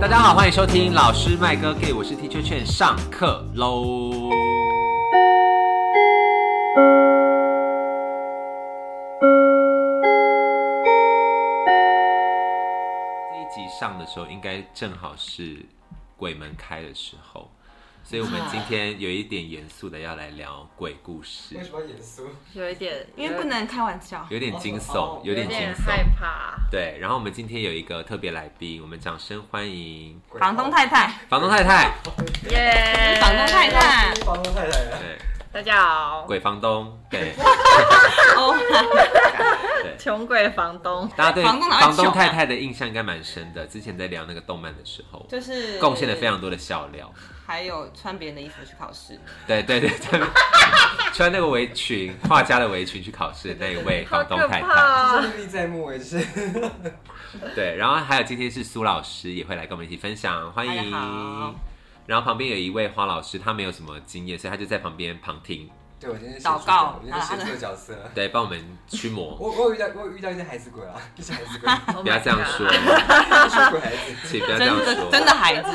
大家好，欢迎收听老师麦哥给，我是 Teacher 券上课喽。这一集上的时候，应该正好是鬼门开的时候，所以我们今天有一点严肃的要来聊鬼故事为，什么要严肃？有一点，因为不能开玩笑。有点惊悚，有哦有点惊点害悚。怕。对，然后我们今天有一个特别来宾，我们掌声欢迎鬼房东太太，房东太太。耶房东太太，房东太太了，对，大家好，鬼房 东，对哦，对，穷鬼房东，大家对房东哪会房东穷啊太太的印象应该蛮深的。之前在聊那个动漫的时候，就是贡献了非，常多的笑料。还有穿别人的衣服去考试，对对对，对 穿那个围裙，画家的围裙去考试的那一位好房东可太太。怕哦！历历在目为止。对，然后还有今天是苏老师也会来跟我们一起分享，欢大迎家好。然后旁边有一位花老师，他没有什么经验，所以他就在旁边旁听，对，我今天是祷告我今天是写作角色。对，帮我们驱 魔。我我有遇到我有遇到一些孩子鬼啊，一些孩子鬼， Oh my 不要这样 god 说，一些鬼孩子。请不要这真样说的。真的孩子，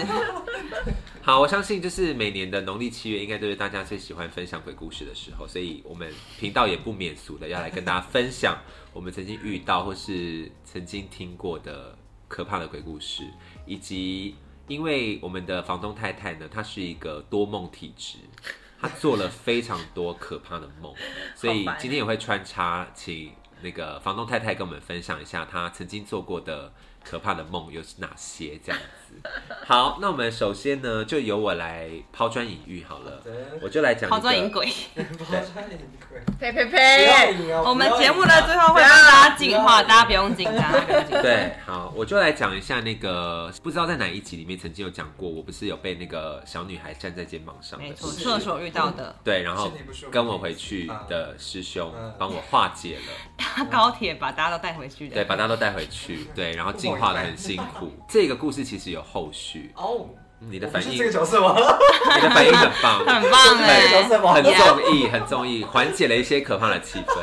好，我相信就是每年的农历七月，应该都是大家最喜欢分享鬼故事的时候，所以我们频道也不免俗的要来跟大家分享我们曾经遇到或是曾经听过的可怕的鬼故事，以及因为我们的房东太太呢，她是一个多梦体质。她做了非常多可怕的梦，所以好烦啊今天也会穿插请那个房东太太跟我们分享一下她曾经做过的可怕的梦有哪些这样子。好，那我们首先呢，就由我来抛砖引玉好了，对我就来讲抛一砖引个。鬼。不要穿引鬼，呸呸不要呸！引啊！我们不要引节目的最后会帮大家进化，大家不用紧张。大家不用紧张对，好，我就来讲一下那个，不知道在哪一集里面曾经有讲过，我不是有被那个小女孩站在肩膀上的没错，事厕所遇到的对，然后身体不舒服跟我回去的师兄嗯帮我化解了。搭高铁把大家都带回去对，的，把大家都带回 去，对，然后进化的很辛苦。这个故事其实有后续，嗯哦，你你的反应，是你这个角色吗？的反应很棒， 很棒这个角哎。色吗？很中意，很中意，缓解了一些可怕的气氛。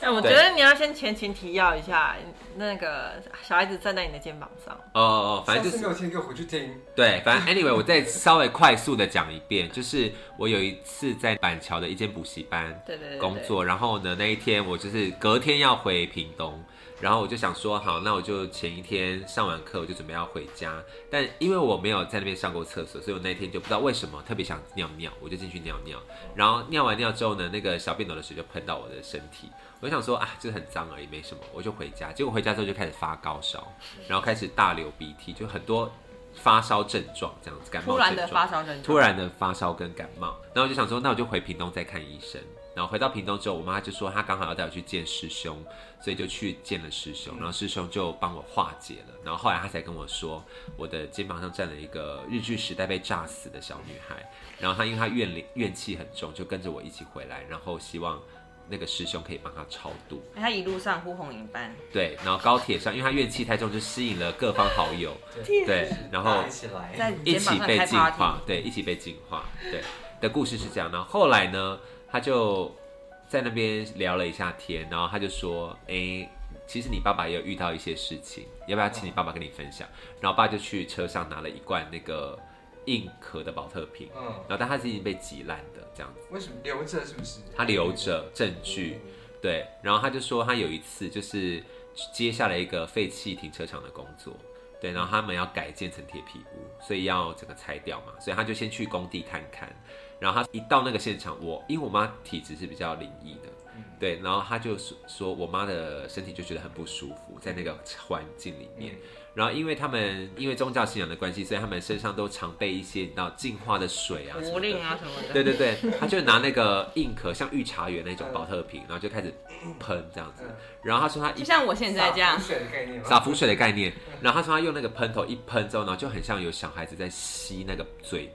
哎，我觉得你要先前情提要一下，那个小孩子站在你的肩膀上，哦哦，反上正次就是没有听，给我回去听。对，反正 anyway，我再稍微快速的讲一遍，就是我有一次在板桥的一间补习班，对对对，对工。作，然后呢，那一天我就是隔天要回屏东，然后我就想说，好，那我就前一天上完课，我就准备要回家，但因为我没有在那边上过厕所，所以我那一天就不知道为什么特别想尿尿，我就进去尿尿，嗯然后尿完尿之后呢，那个小便斗的水就喷到我的身体，我就想说啊，就是很脏而已，没什么，我就回家，结果回家之后就开始发高烧，然后开始大流鼻涕，就很多发烧症状这样子，感冒突然的症状发烧症状，突然的发烧跟感冒，然后我就想说，那我就回屏东再看医生。然后回到屏东之后，我妈就说她刚好要带我去见师兄，所以就去见了师兄，然后师兄就帮我化解了。然后后来她才跟我说，我的肩膀上站了一个日据时代被炸死的小女孩，然后她因为她怨灵怨气很重，就跟着我一起回来，然后希望那个师兄可以帮她超度。哎他一路上呼红引斑，对，然后高铁上，因为她怨气太重，就吸引了各方好友。天对，然后一起来，在哎一肩起膀上被开净 party 化。，对，一起被净化，对的故事是这样。然后后来呢，他就在那边聊了一下天，然后他就说：“哎、其实你爸爸也有遇到一些事情，要不要请你爸爸跟你分享？”然后爸就去车上拿了一罐那个硬壳的保特瓶，嗯，然后但它是已经被挤烂的这样子。为什么留着是不是？他留着证据，对，然后他就说他有一次就是接下了一个废弃停车场的工作，对，然后他们要改建成铁皮屋，所以要整个拆掉嘛，所以他就先去工地看看，然后他一到那个现场，我因为我妈体质是比较灵异的。对，然后他就说说我妈的身体就觉得很不舒服，在那个环境里面。然后因为他们因为宗教信仰的关系，所以他们身上都常备一些你知道净化的水啊什么的，无令啊什么的，对对对，他就拿那个硬壳，像御茶园那种保特瓶，然后就开始喷这样子。然后他说他嗯就一像我现在这样洒。水的概念吗？洒浮水的概念，然后他说他用那个喷头一喷之后，然后就很像有小孩子在吸那个嘴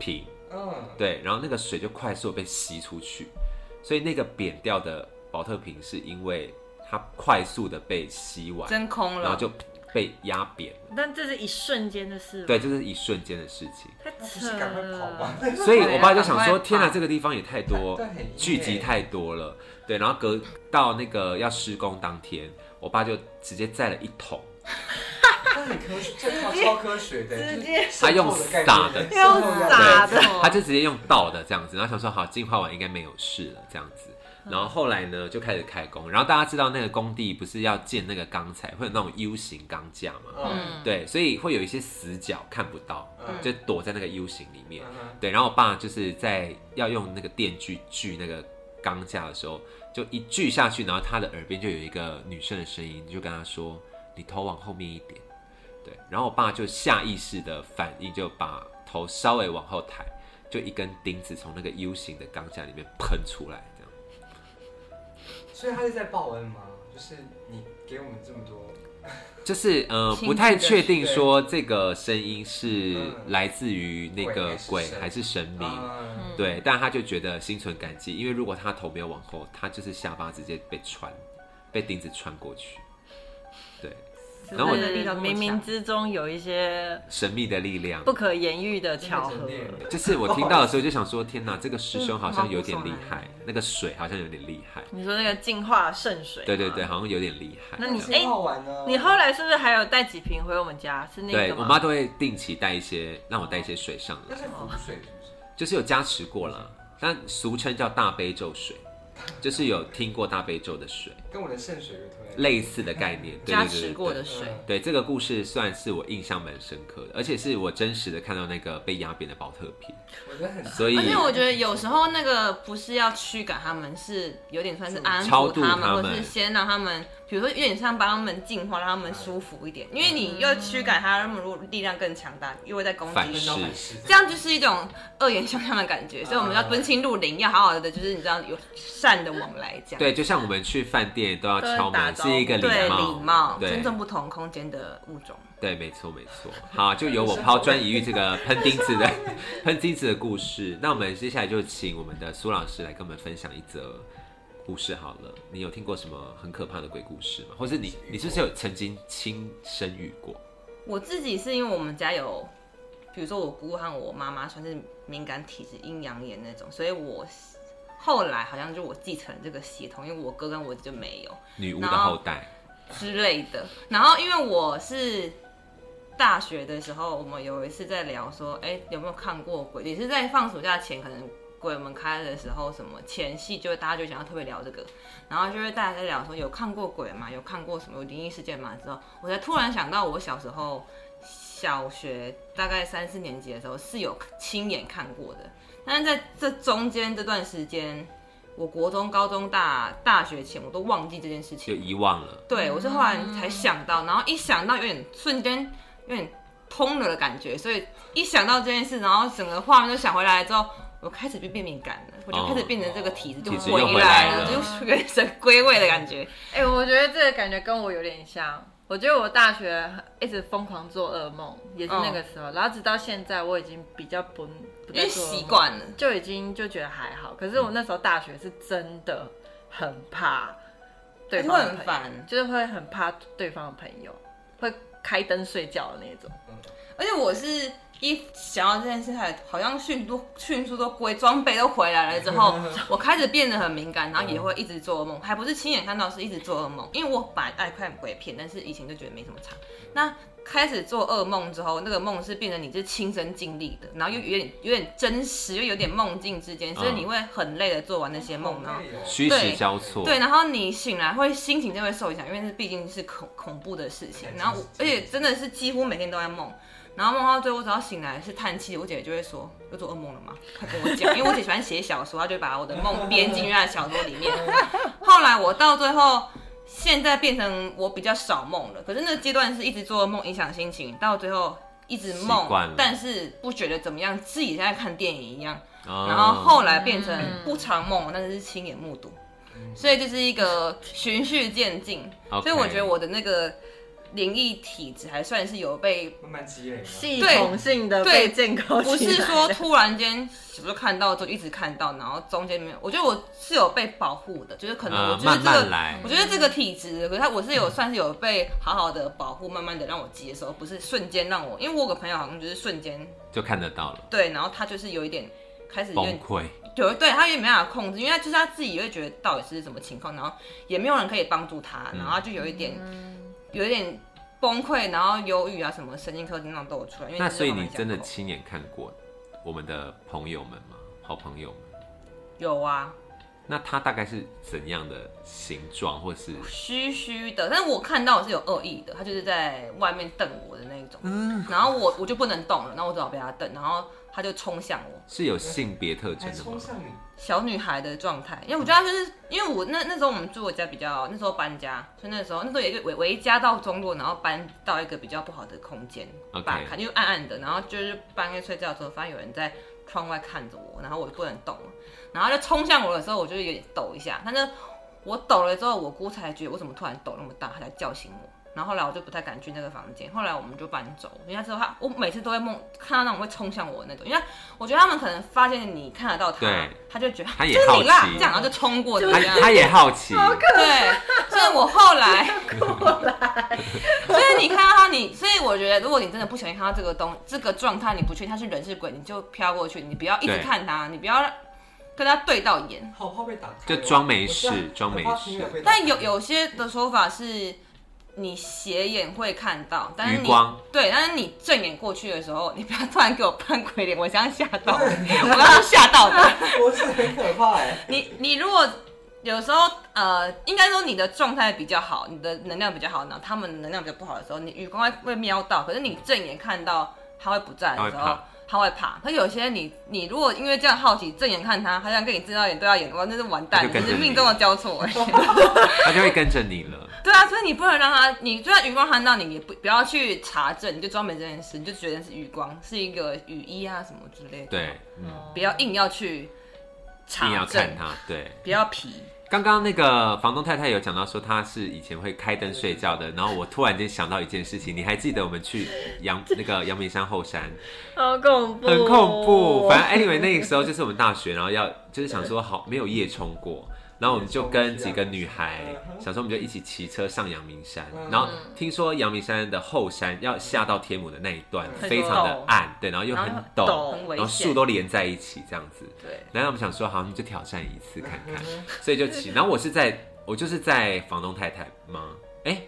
瓶，嗯，对，然后那个水就快速地被吸出去，所以那个扁掉的保特瓶是因为它快速的被吸完，真空然后了，就被压扁，但这是一瞬间的事，嗯对，，就是一瞬间的事情。那太不扯是赶快跑了吗。？所以我爸就想欸赶说：“快啊天哪，跑这个地方也太 多 对很硬，聚集耶太多了。”对，然后隔到那个要施工当天，我爸就直接载了一桶那很科学，这套超科学的，直就是接渗透概念他用撒的渗透啊用要撒的没错他就直接用倒的这样子，然后想说好，进化完应该没有事了这样子。嗯然后后来呢，就开始开工。然后大家知道那个工地不是要建那个钢材，会有那种 U 型钢架嘛？嗯对，所以会有一些死角看不到，嗯就躲在那个 U 型里面。嗯哼对，然后我爸就是在要用那个电锯锯那个钢架的时候，就一锯下去，然后他的耳边就有一个女生的声音，就跟他说：“你头往后面一点。”对，然后我爸就下意识的反应，就把头稍微往后抬，就一根钉子从那个 U 型的钢架里面喷出来，这样。嗯所以他是在报恩吗？就是你给我们这么多，就是呃，亲不太自的确定对说这个声音是嗯来自于那鬼个还是鬼神还是神明，嗯，对，但他就觉得心存感激，因为如果他头没有往后，他就是下巴直接被穿，被钉子穿过去。对，然后我就是冥冥之中有一些神秘的力量不，可言喻的巧合。就是我听到的时候就想说，天哪，这个师兄好像有点厉害，嗯那个水好像有点厉害，你说那个净化圣水，对对对，，好像有点厉害。那你哎，好玩呢。你后来是不是还有带几瓶回我们家？是那对个吗？我妈都会定期带一些，让我带一些水上那来，是湖水是不是？就是有加持过啦，但俗称叫大悲咒水，就是有听过大悲咒的水，跟我的圣水有同嗯样类似的概念，对对加对持对过对的水，对，这个故事算是我印象蛮深刻的，而且是我真实的看到那个被压扁的保特瓶，我觉得很所以而且我觉得有时候那个不是要驱赶他们，是有点算是安嗯超抚度他他们，们或者是先让他们，比如说有点像帮他们净化，让他们舒服一点。因为你要驱赶他，他们如果力量更强大，又会在攻反击噬你。是这样就是一种恶言相向的感觉，所以我们嗯要敦亲入邻，要好好的，就是你知道有善的往来这样。对，就像我们去饭店都要敲打门，招是呼一个对，貌，礼貌，对尊重不同空间的物种。对，没错没错。好，就由我抛砖引玉这个喷钉子 的喷钉子的故事。那我们接下来就请我们的苏老师来跟我们分享一则故事好了。你有听过什么很可怕的鬼故事吗？或是你你是不是有曾经亲身遇过？我自己是因为我们家有，比如说我姑和我妈妈算是敏感体质、阴阳眼那种，所以我后来好像就我继承这个血统，因为我哥跟我姐就没有女巫的然后后代，之类的。然后因为我是大学的时候，我们有一次在聊说，哎、有没有看过鬼？也是在放暑假前，可能鬼门开的时候，什么前戏，就大家就想要特别聊这个，然后就会大家在聊说有看过鬼吗？有看过什么灵异事件吗？之后，我才突然想到，我小时候小学大概三四年级的时候是有亲眼看过的，但是在这中间这段时间。我国中、高中、大大学前，我都忘记这件事情就，遗忘了。对，我是后来才想到，然后一想到有点瞬间有点通了的感觉，所以一想到这件事，然后整个画面都想回来之后，我开始就变敏感了，我就开始变成这个哦体质就体质回又回来来了，了就原神归位的感觉。哎、我觉得这个感觉跟我有点像。我觉得我大学一直疯狂做噩梦，也是那个时候，然后直到现在我已经比较不不嗯因再为做噩梦习，惯了，就已经就觉得还好。可是我那时候大学是真的很怕对方的而且会很朋友烦就是会很怕对方的朋友，会开灯睡觉的那种。嗯而且我是一想到这件事，还好像迅速迅速都归装备都回来了之后，我开始变得很敏感，然后也会一直做噩梦，还不是亲眼看到，是一直做噩梦。因为我本来爱看鬼片，但是以前就觉得没什么差。那开始做噩梦之后，那个梦是变成你是亲身经历的，然后又有点有点真实，又有点梦境之间，所以你会很累的做完那些梦，然后虚实对交错，对，然后你醒来会心情就会受影响，因为那毕竟是恐恐怖的事情对。然后我而且真的是几乎每天都在梦，然后梦到最后只要醒来是叹气，我姐就会说又做噩梦了吗？她跟我讲，因为我姐喜欢写小说，她就把我的梦编进她的小说里面。后来我到最后。现在变成我比较少梦了，可是那个阶段是一直做梦影响心情，到最后一直梦习惯了，但是不觉得怎么样，自己像在看电影一样，哦，然后后来变成嗯不常梦，但是是亲眼目睹，所以就是一个循序渐进。 OK 所以我觉得我的那个灵异体质还算是有被，慢慢积累嘛。系统性的对被建构起不来是说突然间小时候看到就一直看到，然后中间没有。我觉得我是有被保护的，就是可能我呃，觉得慢这个。慢来我，觉得这个体质，可是他我是有算是有被好好的保护，慢慢的让我接受，不是瞬间让我，因为我有个朋友好像就是瞬间就看得到了，对，然后他就是有一点开始有点崩溃。对对，他也没办法控制，因为他就是他自己也会觉得嗯到底是什么情况，然后也没有人可以帮助他，然后他就有一点、有一点崩溃，然后忧郁啊什么神经科症状都有出来。因为那这是所以慢慢你真的讲过亲眼看过我们的朋友们吗？好朋友们，有啊，那他大概是怎样的形状，或是虚虚的，但是我看到我是有恶意的，他就是在外面瞪我的那一嗯种，然后我我就不能动了，然后我只好被他瞪，然后他就冲向我，是有性别特征还的哎哎冲吗？向你，小女孩的状态，因为我觉得她就是因为我那那时候我们住的家比较，那时候搬家，所以那时候那时候也就围围家到中路，然后搬到一个比较不好的空间 OK 把看，因为暗暗的，然后就是半夜睡觉的时候，发现有人在窗外看着我，然后我就不能动了，然后就冲向我的时候，我就有点抖一下，但是我抖了之后，我姑才觉得我怎么突然抖那么大，她才叫醒我。然后后来我就不太敢去那个房间，后来我们就搬走。因为那时候他，我每次都会梦看到那种会冲向我的那种，因为我觉得他们可能发现你看得到他对，他就觉得他也就是你啦好，奇这样然后就冲过去他这样。他也好奇，对，所以我后来 所以你看到他，你所以我觉得，如果你真的不小心看到这个东这个状态，你不确定他是人是鬼，你就飘过去，你不要一直对看他，你不要跟他对到眼。好怕被打开哦，就装没事我现在装没很怕听事了会打开但有有些的说法是，你斜眼会看到，但是余你光对，但是你正眼过去的时候，你不要突然给我扮鬼脸，我这样吓到，我刚刚吓到的。 我是很可怕哎，你你如果有时候呃，应该说你的状态比较好，你的能量比较好，然后他们能量比较不好的时候，你余光会会瞄到，可是你正眼看到他会不在的时他会候怕。他会怕，可有些你你如果因为这样好奇，正眼看他，他想跟你知道眼对到眼的话，那是 完蛋那就了，跟你着是你命中的交错、欸。他就会跟着你了。对啊，所以你不能让他，你就算余光看到你，也不不要去查证，你就装没这件事，你就觉得是余光，是一个雨衣啊什么之类的，对，嗯，不要硬要去你要查证看，他。对，不要皮。刚刚那个房东太太有讲到说她是以前会开灯睡觉的，然后我突然间想到一件事情，你还记得我们去 阳那个阳明山后山，好恐哦怖，很恐怖。反正 anyway 那个时候就是我们大学，然后要就是想说好没有夜冲过，然后我们就跟几个女孩想说我们就一起骑车上阳明山，嗯然后听说阳明山的后山要下到天母的那一段嗯非常的暗，对，然后又很然后陡很，陡然后树都连在一起这样子，对，然后我们想说好，我们就挑战一次看看，嗯所以就骑。然后我是在我就是在房东太太吗？哎、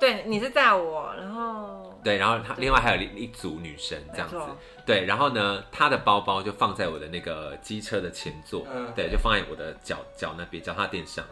对，你是带我，然后对，然后他另外还有一一组女生这样子没错，对，然后呢，她的包包就放在我的那个机车的前座， 嗯对，就放在我的脚脚那边脚踏垫上，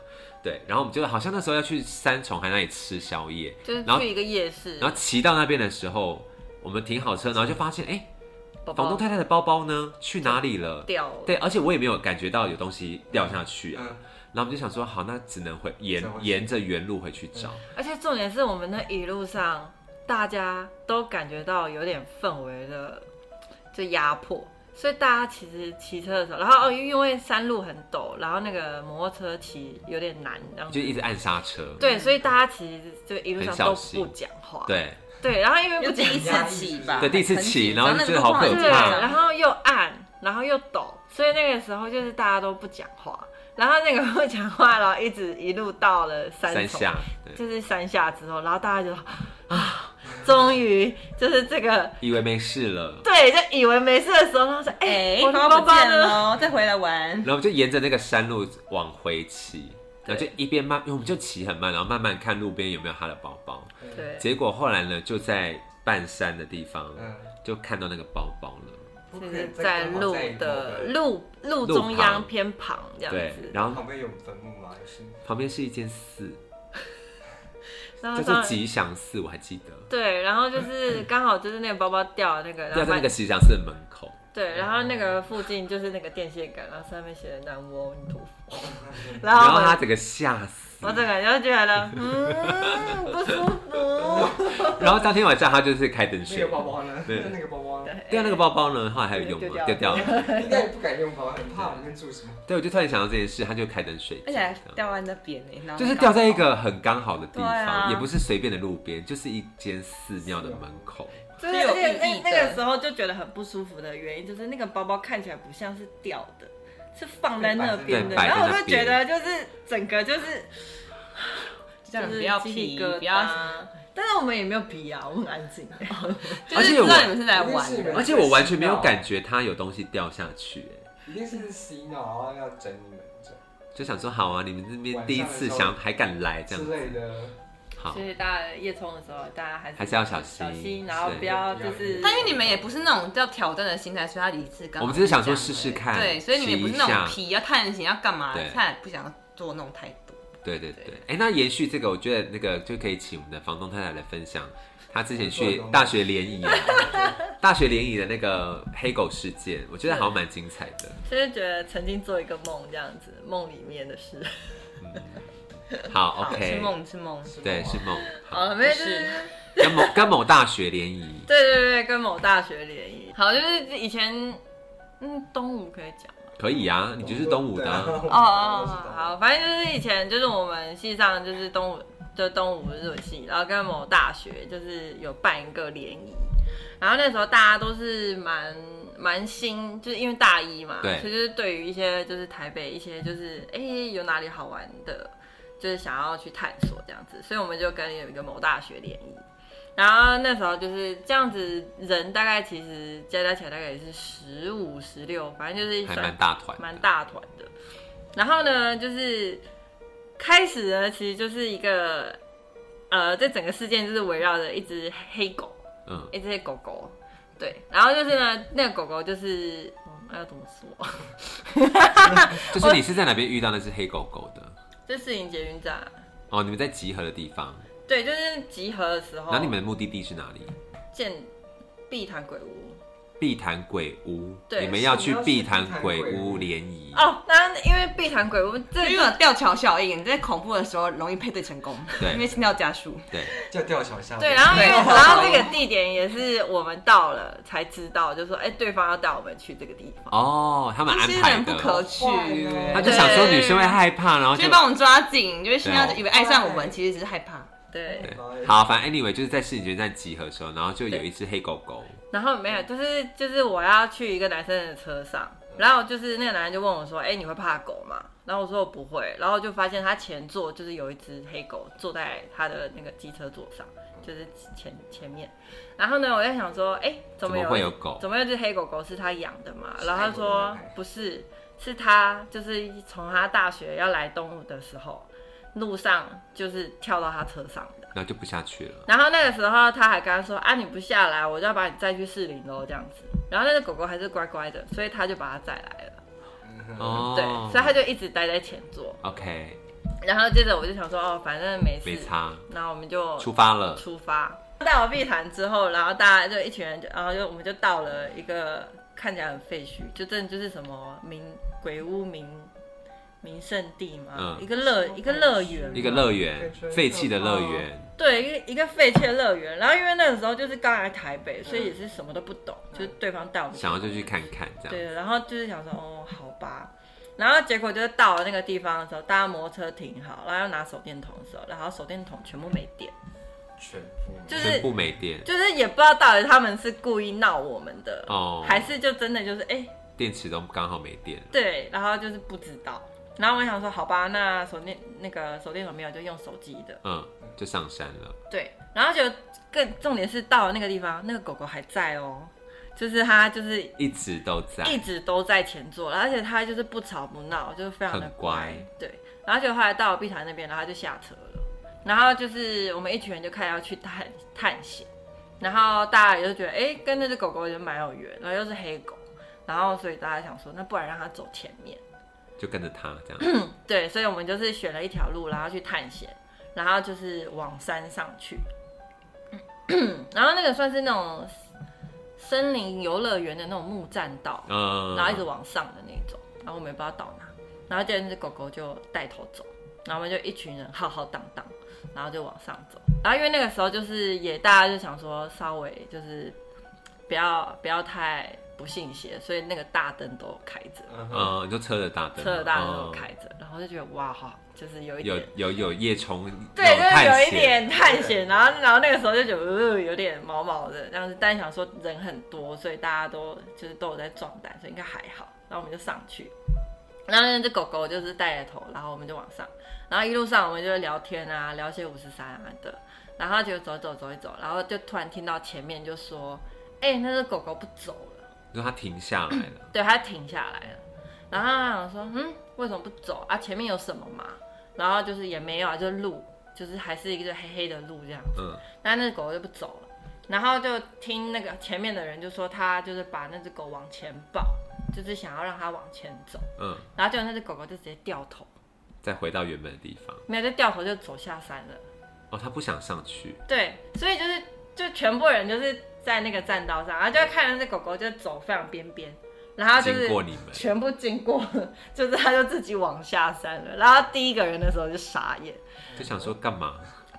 对，然后我们就好像那时候要去三重还那里吃宵夜，就是然后去一个夜市，嗯然后骑到那边的时候，我们停好车，然后就发现哎，嗯宝宝房东太太的包包呢去哪里了？掉了，对，而且我也没有感觉到有东西掉下去啊，嗯，然后我们就想说，好，那只能回沿只能回去嗯沿着原路回去找，而且重点是我们那一路上大家都感觉到有点氛围的就压迫，所以大家其实骑车的时候，然后哦因为山路很陡，然后那个摩托车骑有点难，然后就一直按刹车，对，所以大家其实就一路很上小都心不讲话，对对，然后因 为又不第讲一次次起骑吧，吧对第一次骑然后就觉得好可对，怕然后又暗，然后又陡，所以那个时候就是大家都不讲话，然后那个不讲话，然后一直一路到了山三头下，对，就是山下之后，然后大家就啊，终于就是这个，以为没事了。对，就以为没事的时候，然后说，哎、哎，我包的包包不包见呢？了，再回来玩。然后我们就沿着那个山路往回骑，然后就一边慢，因为我们就骑很慢，然后慢慢看路边有没有他的包包。对，结果后来呢，就在半山的地方嗯，就看到那个包包了。不就可是以再在刚好路在某的个路路路中央旁偏旁这样对子，，然后旁边有坟墓吗？就是旁边是一间寺，叫做然后啊当吉祥寺，我还记得，对，然后就是刚好就是那个包包掉了那个，然要后啊在那把个吉祥寺的门口。对，然后那个附近就是那个电线杆，然后上面写的南无阿弥陀佛，然然后哦后我他们整个吓死我，整个人就觉得 嗯不舒服，然后当天晚上他就是开灯那睡个。包包呢？对那个包包呢 对啊，那个包包呢？后来还有用吗？掉丢掉掉 了。应该也不敢用吧，很怕里面住什么。对，我就突然想到这件事，他就开灯睡觉而这且还样。掉在那边呢，然后就是掉在一个很刚好的地对方，啊也不是随便的路边，就是一间寺庙的门口。就是是有而且意那义的那个时候就觉得很不舒服的原因，就是那个包包看起来不像是掉的，是放在那边的，对摆在然后我那就边觉得就是整个就是这样就是不要鸡皮，皮疙瘩不要，但是我们也没有皮啊，我们很安静。 就是而知且我道你们是来一定玩是你的们。而且我完全没有感觉它有东西掉下去，哎一定是洗脑，然后要整你们这就想说好啊，你们这边第一次晚上的时想还敢来这之样，类的。好所，以大家夜冲的时候，大家还是还是要小心小心，然后是不要就是。但因为你们也不是那种要挑战的心态，所以他理智感。我们只是想说试试看，对，所以你们也不是骑那一下种皮要探险要干嘛对，他也不想要做那种太多。对对对，哎、那延续这个，我觉得那个就可以请我们的房东太太来分享，她之前去大学联谊 啊，大学联谊的那个黑狗事件，我觉得好像蛮精彩的。就是觉得曾经做一个梦这样子，梦里面的事。好好是，OK，梦是梦，是对，吗是梦，好哦了，没有不就是是跟某跟某大学联谊，对对对，跟某大学联谊。好，就是以前，嗯，东吴可以讲。可以啊，你就是东吴的 啊、对哦哦， 哦，好，反正就是以前就是我们系上就是东吴，就东吴日文系，然后跟某大学就是有办一个联谊，然后那时候大家都是蛮蛮新，就是因为大一嘛，对所以就是对于一些就是台北一些就是哎、有哪里好玩的，就是想要去探索这样子，所以我们就跟有一个某大学联谊。然后那时候就是这样子，人大概其实加加起来大概也是十五、十六，反正就是还算蛮大团，蛮。大团的。然后呢，就是开始呢，其实就是一个呃，这整个事件就是围绕着一只黑狗，嗯，一只狗狗，对。然后就是呢，那个狗狗就是。嗯要怎么说？就是你是在哪边遇到那只黑狗狗的？就四营捷运站，哦，你们在集合的地方，对，就是集合的时候，然后你们的目的地是哪里？见碧潭鬼屋碧潭鬼屋，对你们要去什么碧是潭碧潭鬼鬼屋屋联谊。哦。那因为碧潭鬼屋这因为有吊桥效应，你在恐怖的时候容易配对成功，对因为心跳加速。对，叫吊桥下面。对，然后因为对然后这个地点也是我们到了才知道，就说哎、对方要带我们去这个地方。哦，他们安其实排人的，不可取，对他就想说女生会害怕，然后所啊以就帮我们抓紧，就是心跳对啊以为爱上我们，其实只是害怕。对，对好，反正 anyway 就是在市警局站集合的时候，然后就有一只黑狗狗，然后嗯没有，就是就是我要去一个男生的车上，然后就是那个男人就问我说：“哎、你会怕狗吗？”然后我说我不会，然后就发现他前座就是有一只黑狗坐在他的那个机车座上，就是前前面。然后呢，我在想说：“哎、怎怎么么有会有狗？怎么有一只黑狗狗是他养的嘛？”是然后他泰国的说男孩：“不是，是他就是从他大学要来东吴的时候，路上就是跳到他车上的。”然后就不下去了。然后那个时候他还跟他说啊，你不下来，我就要把你载去士林喽，这样子。然后那个狗狗还是乖乖的，所以他就把它载来了。哦，哦，对，所以他就一直待在前座。 OK 然后接着我就想说，哦，反正没没事，差，那我们就出发了。出发。到了碧潭之后，然后大家就一群人就，然后就我们就到了一个看起来很废墟，就真的就是什么名鬼屋名名圣地嘛，嗯一个乐一个乐园嘛，一个乐园感觉，废弃的乐园，对，一个一个废弃的乐园。然后因为那个时候就是刚来台北，所以也是什么都不懂，就是对方带我嗯们想要就去看看这样。对，然后就是想说哦，好吧。然后结果就是到了那个地方的时候，大家摩托车停好，然后要拿手电筒的时候，然后手电筒全部没电，全部就全是部没电，就是也不知道到底他们是故意闹我们的，哦还是就真的就是哎、电池都刚好没电了。对，然后就是不知道。然后我想说好吧，那手电那个手电筒没有就用手机的，嗯，就上山了。对，然后就更重点是到了那个地方，那个狗狗还在哦，就是它就是一直都在，一直都在前座，而且它就是不吵不闹，就是非常的很乖对，然后就后来到了碧潭那边，然后它就下车了，然后就是我们一群人就开始要去探探险，然后大家也就觉得哎、诶跟那只狗狗也蛮有缘，然后又是黑狗，然后所以大家想说，那不然让它走前面。就跟着他这嗯样。对，所以我们就是选了一条路，然后去探险，然后就是往山上去。 然后那个算是那种森林游乐园的那种木栈道，嗯，然后一直往上的那种。然后我们也不知道到哪，然后接着那只狗狗就带头走，然后我们就一群人浩浩荡荡，然后就往上走。然后因为那个时候就是也大家就想说稍微就是不要不要太不信邪，所以那个大灯都开着。嗯哼嗯，就车的大灯，车的大灯都嗯开着，然后就觉得哇哈，就是有一有点，有有夜虫，对，那种就是探有一险，点探险，然后然后那个时候就觉得呃有点毛毛的，这样子，但想说人很多，所以大家都就是都有在壮胆，所以应该还好。然后我们就上去，然后那只狗狗就是带着头，然后我们就往上，然后一路上我们就聊天啊，聊一些五十三啊的，然后就走一走走一走，然后就突然听到前面就说，哎、那只狗狗不走了。就他停下来了，对，他停下来了，然后他想说，嗯，为什么不走啊？前面有什么嘛？然后就是也没有啊，就路，就是还是一个黑黑的路这样。嗯，但那只狗就不走了，然后就听那个前面的人就说他就是把那只狗往前抱，就是想要让它往前走，嗯，然后结果那只狗狗就直接掉头，再回到原本的地方。没有就掉头就走下山了。哦，他不想上去，对，所以就是就全部人就是在那个栈道上，然后就会看到那只狗狗就走非常边边，然后就经是过你们，全部经过 了，就是它就自己往下山了。然后第一个人的时候就傻眼，就想说干嘛？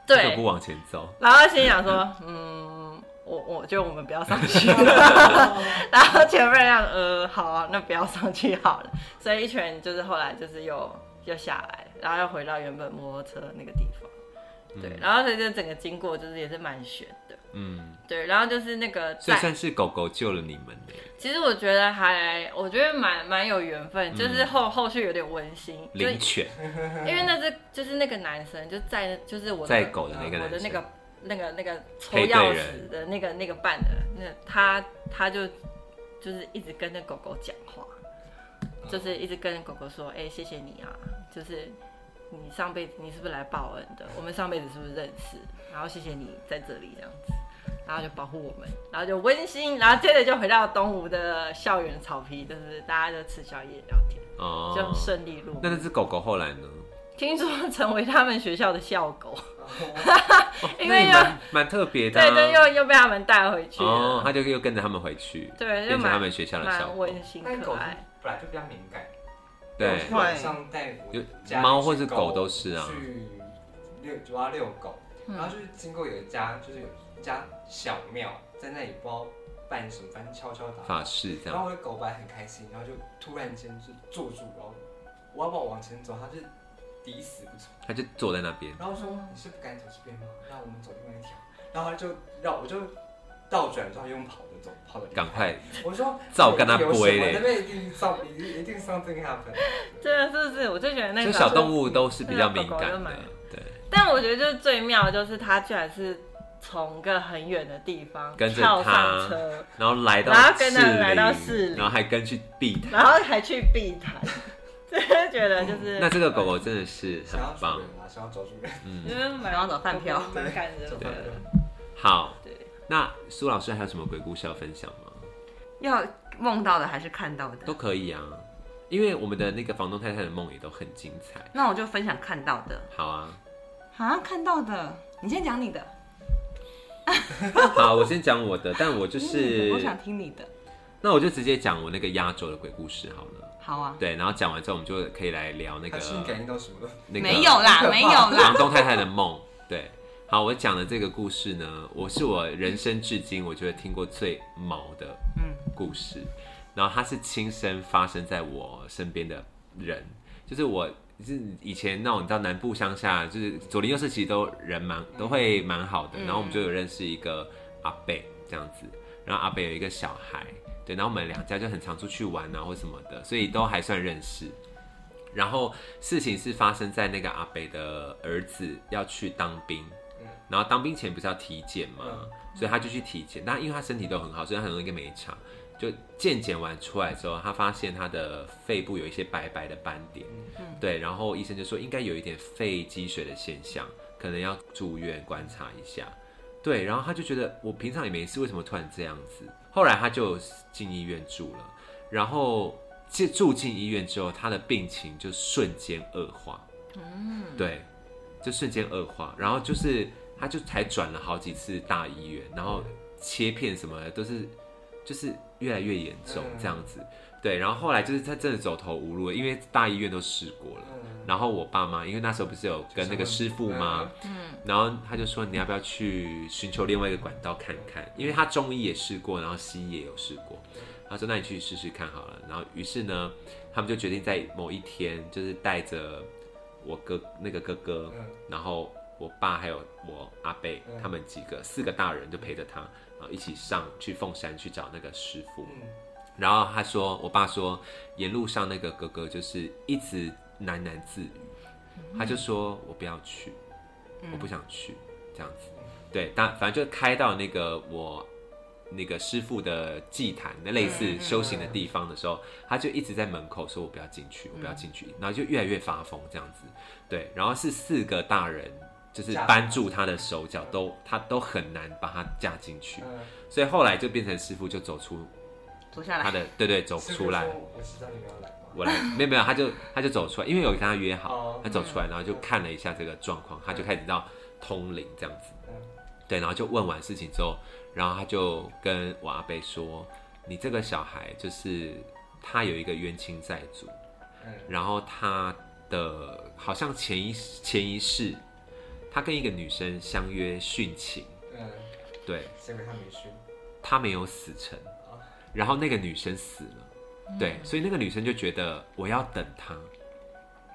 对这个不往前走，然后心想说， 嗯，我我觉得我们不要上去。 然后前面让呃，好啊，那不要上去好了。所以一群人就是后来就是又又下来，然后又回到原本摩托车那个地方。对，然后所以这整个经过就是也是蛮悬的。嗯，对，然后就是那个所以在，算是狗狗救了你们呢，其实我觉得还，我觉得蛮蛮有缘分，就是后、后续有点温馨，就嗯灵犬因为那是就是那个男生就在就是我在的呃狗的那个我的男那生个，那个那个抽配对钥匙人的那个那个伴的，那他他就就是一直跟那狗狗讲话，就是一直跟狗狗说，哎、谢谢你啊，就是你上辈子你是不是来报恩的？我们上辈子是不是认识？然后谢谢你在这里这样子。然后就保护我们，然后就温馨，然后接着就回到东湖的校园草皮，就是大家就吃宵夜聊天，就哦很，顺利入。那那只狗狗后来呢？听说成为他们学校的校 狗，因那为你又蛮蛮特别的啊，对对又又被他们带回去哦，了，他就又跟着他们回去，对，变就成他蛮们学校的小蛮狗，温馨但可狗是爱。本来就比较敏感，我对去，晚上带我有家猫去或是狗都是啊去遛主要遛狗，嗯然后就是经过有一家就是有一家小庙，在那里不知道办什么，反正敲敲打法打。式这然样，后我的狗本来很开心，然后就突然间就坐住，然后我要不要往前走，它就是抵死不从。他就坐在那边，然后说你是不敢走这边吗？那我们走另外一条。然后他就让我就倒转，然后用跑的走，跑的。赶！快我说照跟他有什背么嘞那边一定上，一定一定 something happen。对，是不是？我就觉得那就个小动物都是比较敏那个狗感狗就的蛮，对，但我觉得就是最妙，就是他居然是从一个很远的地方跟着跳它上车，然后来到然后跟士他们来到林士林然后还跟去避它。然后还去避谈， 真的觉得就嗯是那这个狗狗真的是很想要棒主，人啊，想要找主人。就嗯，是蛮然后找饭票蛮感人找的主。人好对。那苏老师还有什么鬼故事要分享吗？要梦到的还是看到都的？可以啊，因为我们的那个房东太太的梦也都很精彩。那我就分享看到的好啊，啊，看到的，你先讲你的，好，我先讲我的，但我就你是嗯的我，想听你的。那我就直接讲我那个压轴的鬼故事好了。好啊，对，然后讲完之后，我们就可以来聊那他个是感应到什么了？那个没有啦，没有 啦，房东太太的梦。对，好，我讲的这个故事呢，我是我人生至今我觉得听过最毛的嗯故事，然后它是亲身发生在我身边的人，就是我。就是以前那种你知道南部乡下，就是左邻右舍其实都人蛮都会蛮好的，然后我们就有认识一个阿贝这样子，然后阿贝有一个小孩，对，然后我们两家就很常出去玩啊或什么的，所以都还算认识。然后事情是发生在那个阿北的儿子要去当兵，嗯然后当兵前不是要体检嘛，嗯所以他就去体检。那因为他身体都很好，所以他很容易跟没差。就健检完出来之后，他发现他的肺部有一些白白的斑点，嗯对，然后医生就说应该有一点肺积水的现象，可能要住院观察一下。对，然后他就觉得我平常也没事，为什么突然这样子？后来他就进医院住了，然后进住进医院之后，他的病情就瞬间恶化，嗯，对，就瞬间恶化，然后就是他就才转了好几次大医院，然后切片什么的都是就是越来越严重嗯这样子，对，然后后来就是他真的走投无路了，因为大医院都试过了。嗯，然后我爸妈，因为那时候不是有跟那个师傅吗？然后他就说你要不要去寻求另外一个管道看看，因为他中医也试过，然后西医也有试过。他说那你去试试看好了。然后于是呢，他们就决定在某一天，就是带着我哥那个哥哥，嗯然后我爸还有我阿贝，嗯他们几个四个大人就陪着他，然后一起上去凤山去找那个师傅。嗯然后他说，我爸说，沿路上那个哥哥就是一直喃喃自语，他就说我不要去，我不想去，这样子。对，但反正就开到那个我那个师傅的祭坛，那类似修行的地方的时候，他就一直在门口说我不要进去，我不要进去，然后就越来越发疯这样子。对，然后是四个大人就是扳住他的手脚，都他都很难把它架进去，嗯，所以后来就变成师傅就走出坐下他来，的，对对，走师出傅来，说我知道你们要来吗？我来，没有没有，他就他就走出来，因为有跟他约好哦，他走出来，然后就看了一下这个状况，他就开始到通灵这样子，嗯，对，然后就问完事情之后，然后他就跟我阿贝说，你这个小孩就是他有一个冤亲债主，嗯，然后他的好像前一前一世，他跟一个女生相约殉情，嗯，对谁给他没去？他没有死成，然后那个女生死了，对，所以那个女生就觉得我要等他，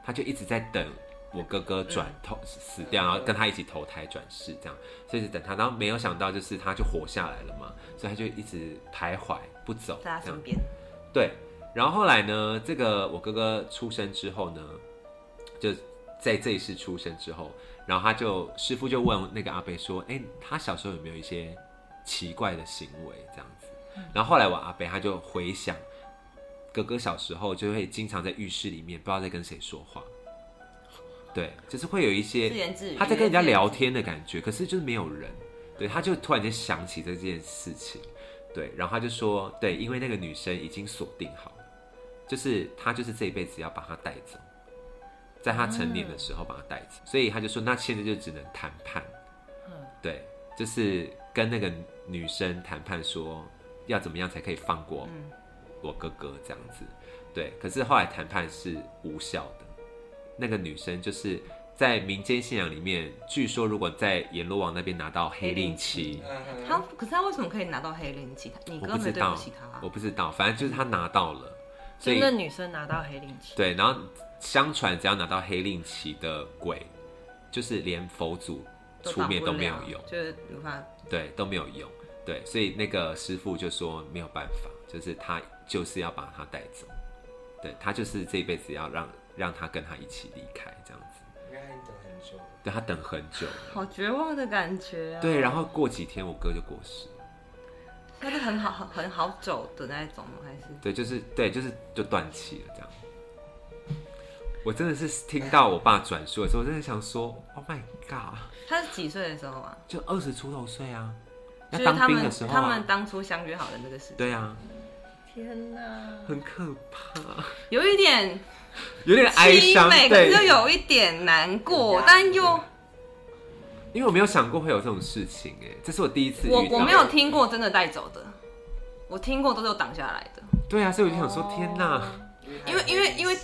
他就一直在等我哥哥转投死掉，然后跟他一起投胎转世这样，所以就等他，然后没有想到就是他就活下来了嘛，所以他就一直徘徊不走，这啊样在他身边，对，然后后来呢，这个我哥哥出生之后呢，就在这一世出生之后，然后他就师傅就问那个阿贝说：“哎，他小时候有没有一些奇怪的行为这样子？”然后后来我阿贝他就回想哥哥小时候就会经常在浴室里面不知道在跟谁说话，对，就是会有一些自言自语，他在跟人家聊天的感觉，可是就是没有人。对，他就突然间想起这件事情，对，然后他就说，对，因为那个女生已经锁定好了，就是他就是这一辈子要把她带走，在他成年的时候把她带走，所以他就说，那现在就只能谈判，对，就是跟那个女生谈判说要怎么样才可以放过我哥哥这样子，对，可是后来谈判是无效的，那个女生就是在民间信仰里面，据说如果在阎罗王那边拿到黑令旗，嗯，他可是他为什么可以拿到黑令旗？你我哥不知没对不道起他啊，我不知道，反正就是他拿到了，所就以那女生拿到黑令旗，对，然后相传只要拿到黑令旗的鬼，就是连佛祖都出面挡都不没有了用，就是无法对，都没有用，对，所以那个师傅就说没有办法，就是他就是要把他带走，对他就是这辈子要让让他跟他一起离开这样子，应该等很久了，对他等很久了，好绝望的感觉啊。对，然后过几天我哥就过世了。他是很好很很好走的那一种吗？还是对，就是对，就是就断气了这样。我真的是听到我爸转述的时候，我真的想说，Oh my god，他是几岁的时候啊？就二十出头岁啊，要就是当他兵们的时候、他们啊，当初相约好的那个时间，对啊，天哪！很可怕，有一点有点哀伤，凄美，可是又对，有一点难过对，但又因为我没有想过会有这种事情，哎，这是我第一次遇我到，我没有，听过真的带走的，我听过都是有挡下来的。对啊，所以我就想说，天哪，因因为因为因为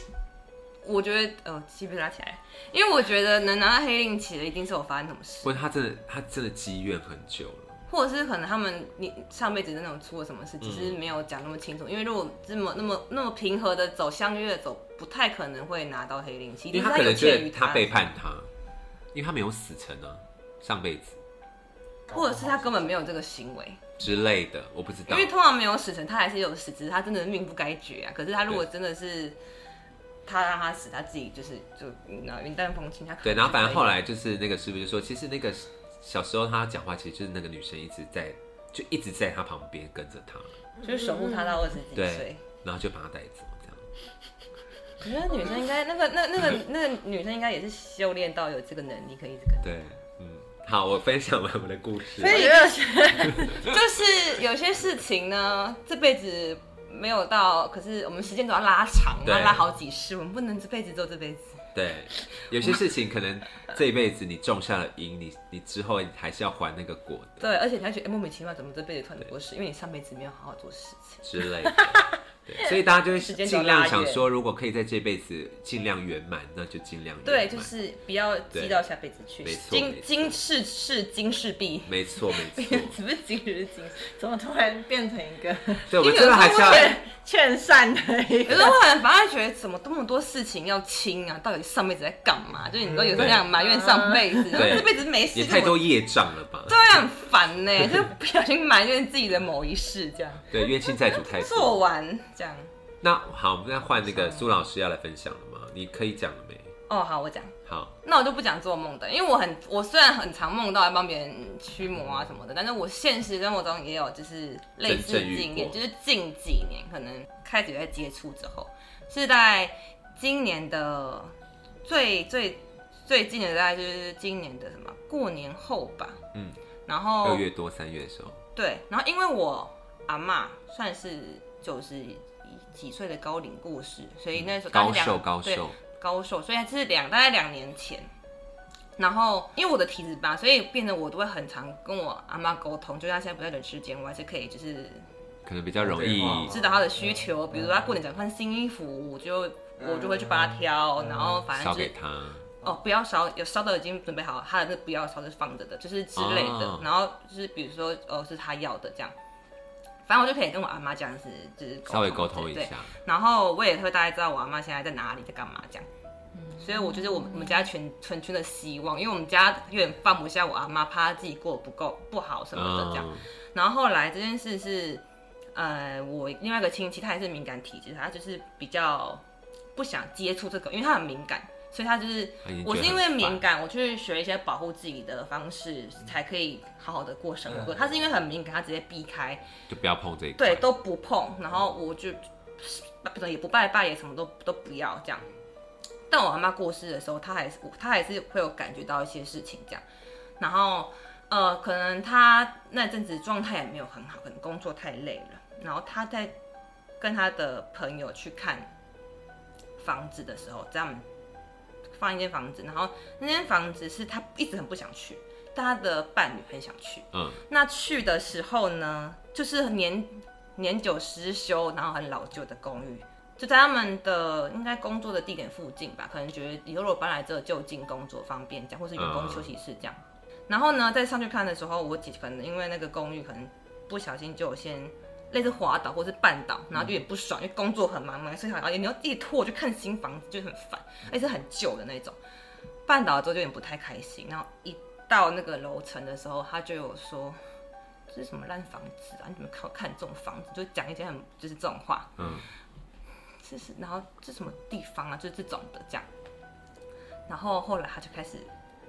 我觉得呃，记不拉起来，因为我觉得能拿到黑令旗的一定是有发生什么事，不过他真的他真的积怨很久了，或者是可能他们你上辈子那种出了什么事，只是嗯没有讲那么清楚。因为如果这么那么那么平和的走相约的走，不太可能会拿到黑令旗，一因为定是他可有能觉欠于得他背，叛他，因为他没有死成啊，上辈子或者是他根本没有这个行为。之类的，我不知因道为，通常没有死成，他还是有死，只是他真的命不该绝啊。可是他如果真的是他让他死，他自己就是就那云淡风轻，他可能对，然后就反正可以后来就是那个师傅就说，其实那个小时候他讲话，其实就是那个女生一直在，就一直在他旁边跟着他，就是守护他到二十几岁对。，然后就把他带走这样。我觉得女生应该那个那那个那个女生应该也是修炼到有这个能力可以一直 跟。对，嗯，好，我分享完我的故事。以有些就是有些事情呢，这辈子没有到，可是我们时间都要拉长，对要拉好几世，我们不能这辈子做这辈子。对，有些事情可能这一辈子你种下了因，你你之后还是要还那个果的对，而且你还觉得、哎莫名其妙，怎么这辈子突然过世？因为你上辈子没有好好做事情。之类的。 对，所以大家就会时间尽轴拉量远想说，如果可以在这辈子尽量圆满，那就尽量圆满。对，就是不要积对到下辈子去没。错没今错今世是今世必，没错没 错。不是今日今世。怎么突然变成一 个对，我们因为有真的时候还是要会劝善的一有个？时候会很反而觉得怎么这么多事情要清啊？到底上辈子在干嘛？就是你知道有时候对这样埋怨上辈子，然后对这辈子没事，也太多就业障了吧？我对啊，很烦呢、 就不小心埋怨自己的某一世，这样对，冤亲债主太多。做完这样。那好，我们再换那个苏老师要来分享了吗？你可以讲了没？哦，好，我讲。好，那我就不讲做梦的，因为我很我虽然很常梦到来帮别人驱魔啊什么的，但是我现实生活中也有就是类似真正遇经验，过就是近几年可能开始有在接触之后，是在今年的最最最近的大概就是今年的什么过年后吧，嗯，然后二月多三月的时候，对，然后因为我阿嬷算是九十几岁的高龄过世，所以那时候大概高两寿高对寿，高寿，所以还是两大概两年前。然后因为我的体质吧，所以变得我都会很常跟我阿妈沟通，就是她现在不在人世间，我还是可以就是可能比较容易对哦知道她的需求，比如说她过年想换新衣服，我就我就会去帮她挑，嗯然后反正烧就是给他，哦，不要烧，有烧的已经准备好了，他的那不要烧是放着的，就是之类的。哦然后就是比如说，哦，是他要的这样，反正我就可以跟我阿妈这样子，就是稍微沟通一对。下，然后我也会大概知道我阿妈现在在哪里，在干嘛这样。所以我觉得我们我们家全全村的希望，因为我们家有点放不下我阿妈，怕她自己过得不够不好什么的这样。嗯，然后后来这件事是，呃，我另外一个亲戚他也是敏感体质，他就是比较不想接触这个，因为他很敏感，所以他就是嗯他已经我觉是得因为很敏烦，感，我去学一些保护自己的方式，才可以好好的过生活。嗯他是因为很敏感，他直接避开，就不要碰这一块，对，都不碰，然后我就不能也不拜拜，也什么都都不要这样。但我阿妈过世的时候，她还是她还是会有感觉到一些事情这样，然后呃，可能她那阵子状态也没有很好，可能工作太累了，然后她在跟她的朋友去看房子的时候，这样放一间房子，然后那间房子是她一直很不想去，但她的伴侣很想去，嗯，那去的时候呢，就是年年久失修，然后很老旧的公寓，就在他们的应该工作的地点附近吧，可能觉得以后如果搬来这就近工作方便这样，或是员工嗯休息室这样。然后呢，再上去看的时候，我姐可能因为那个公寓可能不小心就有先类似滑倒或是绊倒，然后就也不爽，因为工作很忙嘛，所以想要哎你要自己拖我去看新房子，就很烦，而且是很旧的那种。绊倒了之后就有点不太开心，然后一到那个楼层的时候，他就有说。这是什么烂房子啊？你怎么看看这种房子？就讲一些很就是这种话，嗯，这是然后这什么地方啊？就是这种的这样。然后后来他就开始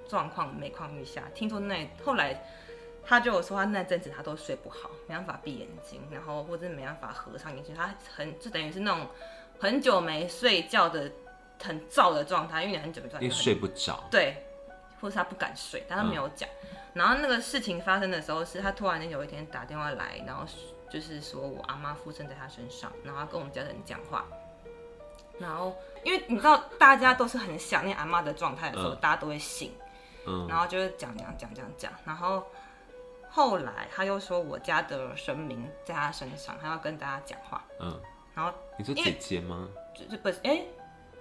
状况每况愈下，听说那后来他就有说他那阵子他都睡不好，没办法闭眼睛，然后或者是没办法合上眼睛，他很就等于是那种很久没睡觉的很燥的状态，因为你很久没睡觉，因为很睡不着，对，或是他不敢睡，但他没有讲。然后那个事情发生的时候，是他突然间有一天打电话来，然后就是说我阿妈附身在他身上，然后他跟我们家人讲话。然后，因为你知道，大家都是很想念阿妈的状态的时候，嗯大家都会醒，嗯，然后就是讲讲讲讲讲，然后后来他又说我家的神明在他身上，他要跟大家讲话，嗯，然后你说因为姐姐吗？就是不是哎、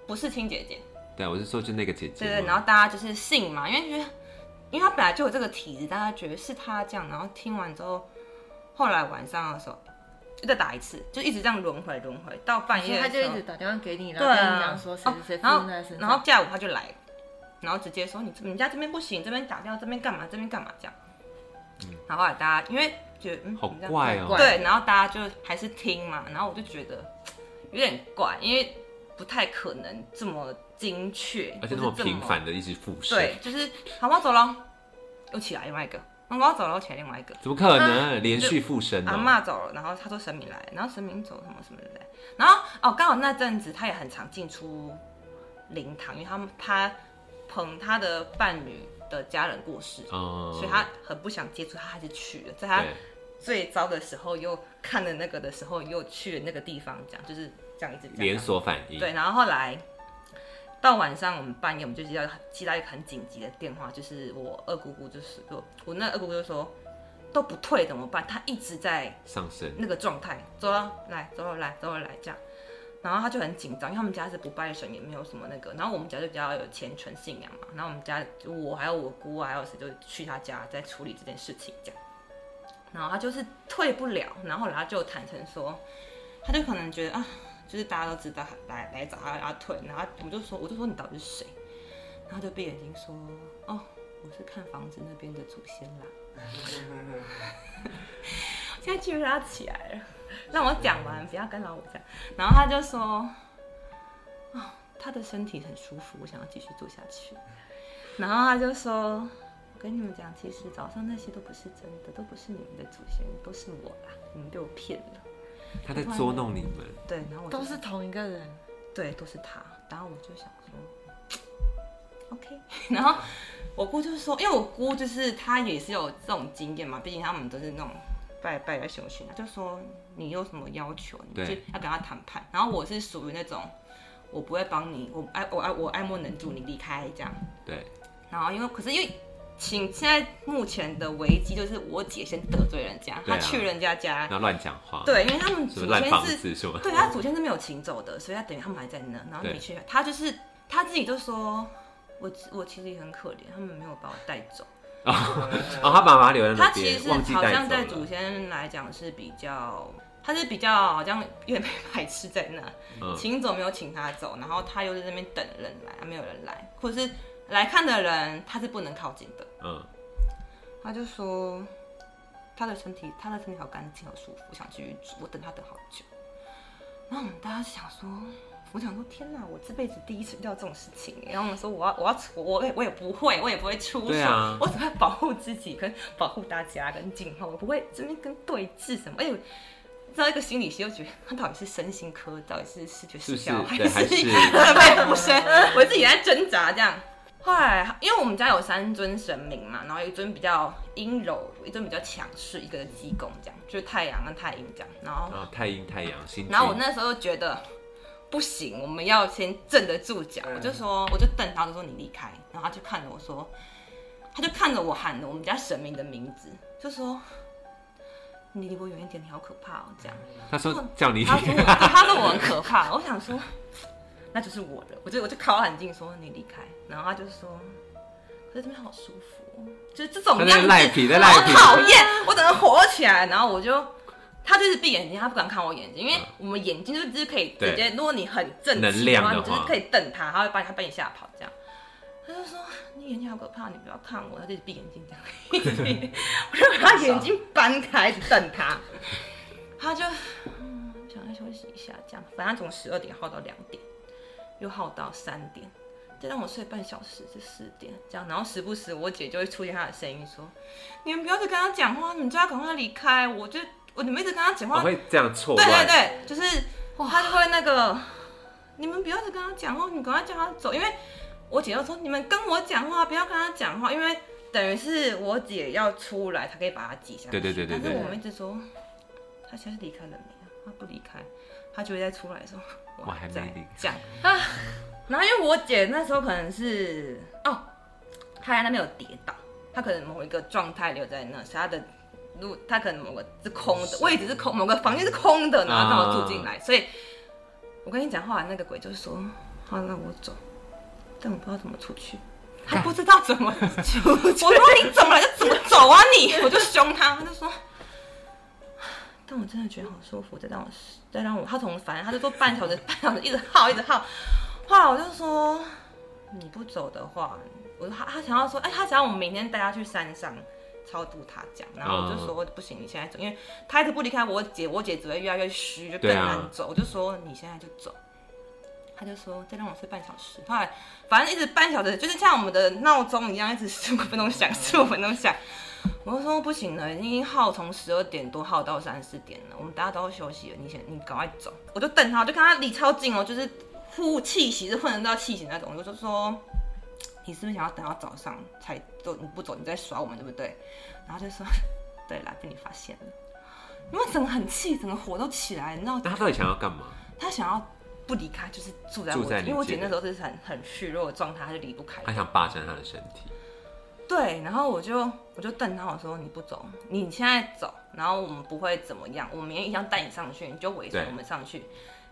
不是亲姐姐，对，啊我是说就那个姐姐对吗，对，然后大家就是信嘛，因为觉得，因为他本来就有这个体质，大家觉得是他这样，然后听完之后，后来晚上的时候就再打一次，就一直这样轮回轮回到半所以夜他的就时一候直，打电话给你，然对后跟啊你讲说谁谁谁然后附在身上，然后下午他就来了，然后直接说你这你家这边不行，这边打掉，这边干嘛，这边干嘛这样，然后后来大家因为觉得嗯好你这样怪哦、怪对，然后大家就还是听嘛，然后我就觉得有点怪，因为不太可能这么精确，而且那或么是这频繁的一直复射，对，就是好猫走了，又起来另外一个；妈妈走了，又起来另外一个。怎么可能连续附身呢、啊阿嬷走了，然后他说神明来，然后神明走什么什么的，然后哦，刚好那阵子他也很常进出灵堂，因为他们他捧他的伴侣的家人过世，嗯，所以他很不想接触，他还是去了，在他对最糟的时候又看了那个的时候又去了那个地方，这样就是这样一直这样连锁反应，对，然后后来到晚上，我们半夜我们就接到接到一个很紧急的电话，就是我二姑姑就是我我那二姑姑就说都不退怎么办？她一直在上升，那个状态，走了来，走了来，走了来这样。然后她就很紧张，因为他们家是不拜神，也没有什么那个。然后我们家就比较有虔诚信仰嘛。然后我们家就我还有我姑啊还有谁就去他家在处理这件事情这样。然后他就是退不了，然后后来他就坦诚说，他就可能觉得啊，就是大家都知道他来来找他，然后退，然后我就说我就说你到底是谁，然后他就闭眼睛说哦，我是看房子那边的祖先啦。现在居然他起来了，让我讲完，不要干扰我这样。然后他就说，啊、他的身体很舒服，我想要继续做下去。然后他就说，我跟你们讲，其实早上那些都不是真的，都不是你们的祖先，都是我啦，你们被我骗了。他在捉弄你们，对，然后我就都是同一个人，对，都是他。然后我就想说， OK，然 后我姑就是说，因为我姑就是她也是有这种经验嘛，毕竟他们都是那种拜拜的修行，她就说你有什么要求，你就对要跟他谈判。然后我是属于那种我不会帮你，我爱我爱我爱莫能助，你离开这样。对然后因为可是因为请现在目前的危机就是我姐先得罪人家，对啊啊她去人家家，那乱讲话，，哎对，因为他们什么祖烂先房是子什么，对他祖先是没有请走的，所以他等于他们还在那。然后对你去，他就是他自己就说，我我其实也很可怜，他们没有把我带走。嗯 哦，他把妈留在他那其边实，是忘记好带像在走祖了。先来讲是比较，他是比较好像有点被排斥在那，嗯，请走没有请他走，然后他又在那边等人来，啊没有人来，或者是来看的人他是不能靠近的。嗯，他就说他的身体，他的身体好干净，好舒服，我想继续住。我等他等好久。然后我们大家想说，我想说，天哪，我这辈子第一次遇到这种事情。然后我们说，我要，我要出，我也我也不会，我也不会出对手，啊我只会保护自己，跟保护大家，跟警号，我不会这边跟对峙什么。哎、呦，知道一个心理学，又觉得他到底是身心科，到底是视觉失调，是不是对还还是是 被附身？我自己在挣扎这样。后来，因为我们家有三尊神明嘛，然后一尊比较阴柔，一尊比较强势，一个是济公这样，就是太阳跟太阴这样。然后，然后太阴太阳心机，然后我那时候觉得不行，我们要先镇得住脚。嗯我就说，我就瞪他，我就说你离开。然后他就看着我说，他就看着我喊了我们家神明的名字，就说你离我远一点，你好可怕哦这样。他说叫你他说我，他说我很可怕。我想说，那就是我了。我就我就靠很近说你离开，然后他就说，可是这边好舒服哦，就是这种他在样子，赖皮在我赖好皮讨厌，我等下火起来，然后我就。他就是闭眼睛，他不敢看我眼睛，因为我们眼睛就是可以直接，如果你很正嗯能气量话，的你就是话可以瞪他，他会把你，他把你吓跑这样。他就说你眼睛好可怕，你不要看我，他就闭眼睛这样，一直闭眼睛，我就把他眼睛搬开，一直瞪他，他就嗯想要休息一下，这样，反正从十二点耗到两点，又耗到三点，再让我睡半小时就四点，这样，然后时不时我姐就会出现她的声音说：“你们不要再跟他讲话，你们就要赶快离开。”我就我你们一直跟他讲我话，对会这样错对乱，对，就是他就会那个，你们不要再跟他讲话，你赶快叫他走，因为我姐就说你们跟我讲话，不要跟他讲话，因为等于是我姐要出来，才可以把他挤下去。对对对对但啊是对我们一直说，他现在离开了没啊？他不离开，他就会再出来 说，我还没在离 这样啊。然后因为我姐那时候可能是哦，她在那边有跌倒，她可能某一个状态留在那，所以她的路，她可能某个是空的位置是空，某个房间是空的，啊然后刚好住进来，所以我跟你讲，后来那个鬼就说：“好，那我走，但我不知道怎么出去。”他不知道怎么 出去，我说你怎么了就怎么走啊你！ 我就凶他，他就说，但我真的觉得好舒服，再让我再让我，他从反正他就说半小时半小时一直耗一直耗，后来我就说你不走的话，我说他他想要说，哎、他想要我们明天带他去山上超度他这样，然后我就说、不行，你现在走，因为他一直不离开我姐，我姐只会越来越虚，就更对啊难走，我就说你现在就走。他就说再让我睡半小时，后来反正一直半小时，就是像我们的闹钟一样，一直十五分钟响，十五分钟响。我就说不行了，已经耗从十二点多耗到三四点了，我们大家都要休息了，你先你赶快走。我就等他，我就跟他离超近哦，就是呼气息是混得到气息那种，我就说。你是不是想要等到早上才走？你不走，你在耍我们，对不对？然后就说， 对啦，被你发现了。因为整个很气，整个火都起来，你知道那他到底想要干嘛？他想要不离开，就是住在我住在姐，你因为我姐姐那时候是很很虚弱的状态，她就离不开。他想霸占他的身体，对，然后我就我就瞪他，我说你不走，你现在走，然后我们不会怎么样，我明天一样带你上去，你就尾随对我们上去。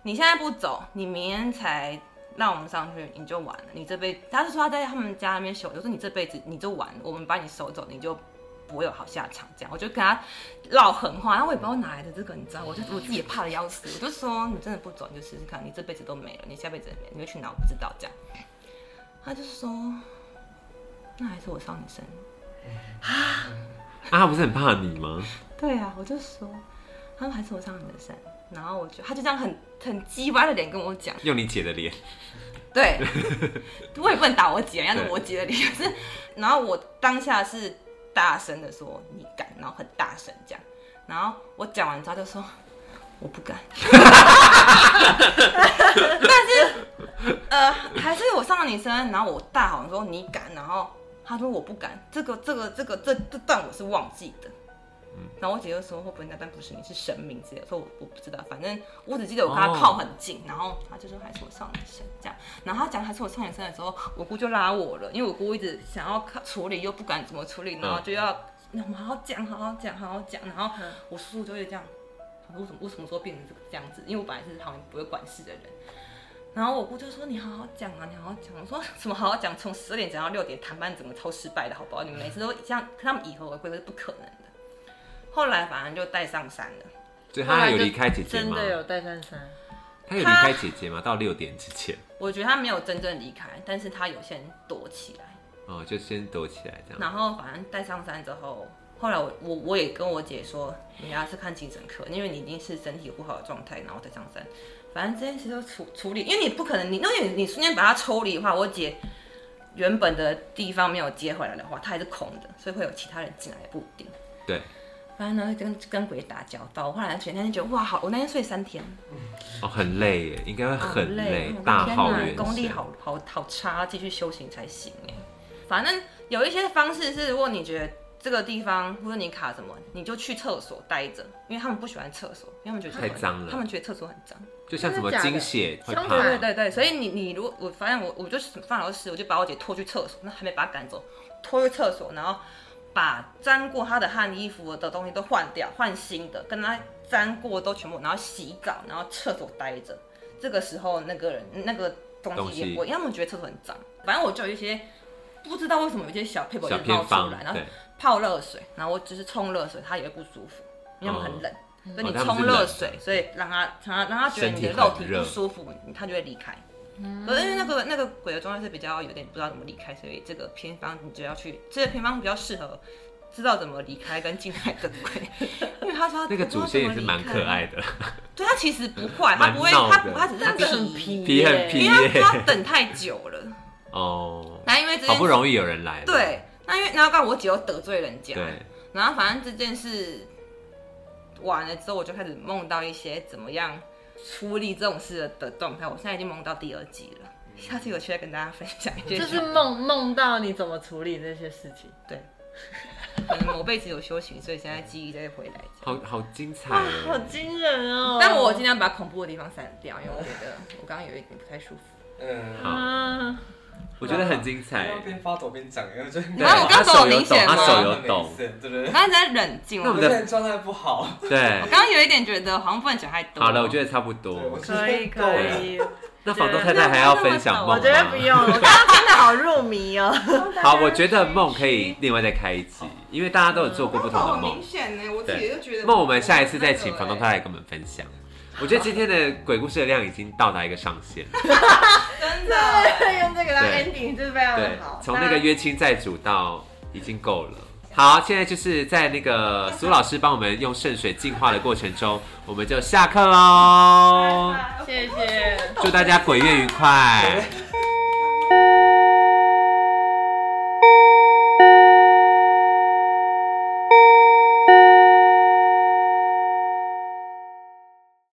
你现在不走，你明天才让我们上去，你就完了。你这辈，他是说他在他们家那边守，我说你这辈子你就完了，我们把你收走，你就不会有好下场。这样，我就跟他唠狠话，然后我也不知道哪来的这个，你知道，我就我自己也怕的要死，我就说你真的不走，你就试试看，你这辈子都没了，你下辈子也没了，你会去哪我不知道这样。他就说，那还是我上你身。啊，他不是很怕你吗？对啊，我就说，他们还是我上你的身，然后我就他就这样很很鸡巴的脸跟我讲，用你姐的脸，对，我也不能打我姐，人家是对我姐的脸，就是，然后我当下是大声的说你敢，然后很大声这样，然后我讲完之后就说 我不敢，但是个还是我上了你身，然后我大吼说你敢，然后他说我不敢，这个这个这个这这段我是忘记的。然后我姐就说会不会那段不是你是神明之类的，我说我我不知道，反正我只记得我跟他靠很近，然后他就说还是我上你身这样，然后他讲还是我上你身的时候，我姑就拉我了，因为我姑一直想要看处理又不敢怎么处理，然后就要、那我们好好讲，好好讲，好好讲，然后我叔叔就会这样，我为什么为什么说变成这样子？因为我本来是好像不会管事的人。然后我姑就说：“你好好讲啊，你好好讲。”我说：“什么好好讲？从十二点讲到六点，谈判整个超失败的，好不好？你们每次都这样，他们以和为贵，这是不可能的。”后来反正就带上山了。所以他有离开姐姐真吗？的有带珊 珊，他有离开姐姐吗？到六点之前，我觉得他没有真正离开，但是他有先躲起来。哦，就先躲起来这样。然后反正带上山之后，后来我我我也跟我姐说，你要是看精神科，因为你一定是身体不好的状态，然后再上山。反正这件事都处处理，因为你不可能，你因为你你瞬间把它抽离的话，我姐原本的地方没有接回来的话，它还是空的，所以会有其他人进来也不一定。对，反正呢，跟跟鬼打交道。我后来前天就觉得哇，好，我那天睡三天，哦，很累耶，应该会好很哦累，我大天耗哪元神功力好好好差，继续修行才行哎。反正有一些方式是，如果你觉得这个地方或者你卡什么，你就去厕所待着，因为他们不喜欢厕所，因为他们觉得厕所太脏了他们觉得厕所很脏。就像什么真的假的经血会相怕，反对对对，所以你你如果我发现我我就是犯老师，我就把我姐拖去厕所，那还没把她赶走，拖去厕所，然后把沾过她的汗衣服的东西都换掉，换新的，跟她沾过都全部，然后洗澡，然后厕所待着。这个时候那个人那个东西也不会，因为他们觉得厕所很脏。反正我就有一些不知道为什么有一些小 paper 小就冒偏出方来，然后对，泡热水，然后我只是冲热水，它也会不舒服，因为它们很冷，所以你哦它们冲是冷热的水，所以让它让它让它觉得你的身体肉很体热不舒服，它就会离开。可是因为那个那个鬼的状态是比较有点不知道怎么离开，所以这个偏方你就要去，这个偏方比较适合知道怎么离开跟进来的鬼，因为他说那个祖先也是蛮可的，爱的，对他其实不坏，他蛮不会闹的他不他只那个很是皮皮，皮很耶皮因为他他等太久了， 哦，那因为这好不件容易有人来了，对，那因为然后刚好我姐又得罪人家，对，然后反正这件事完了之后，我就开始梦到一些怎么样处理这种事的的状态。我现在已经梦到第二集了，下次有机会跟大家分享一些。就是梦梦到你怎么处理这些事情。可能我辈子有修行，所以现在记忆再回来。好好精彩哇耶，，啊啊好惊人哦！但我尽量把恐怖的地方删掉，因为我觉得我刚刚有一点不太舒服。嗯，啊，哦我觉得很精彩要。边发抖边讲，然后就对，然后我刚他刚手手有有明抖，显吗他手有很抖没，事对不对我？刚才在冷静，那我我们我的现在状态不好，对，刚刚有一点觉得好像不能讲太多。好了，我觉得差不对我多。现可以在抖可了。 以，那房东太太还要分享梦我吗觉得不用，我刚刚真的好入迷哦。 好，我觉得梦可以另外再开一集，因为大家都有做过不同的梦。嗯显呢，我自己就觉梦我们下一次再请房东太太跟我们分享。我觉得今天的鬼故事的量已经到达一个上限，真的。 用这个当对 ending 是非常对好，。从那个冤亲债主到已经够了。好，现在就是在那个苏老师帮我们用圣水净化的过程中，我们就下课喽。那谢谢。祝大家鬼月愉快。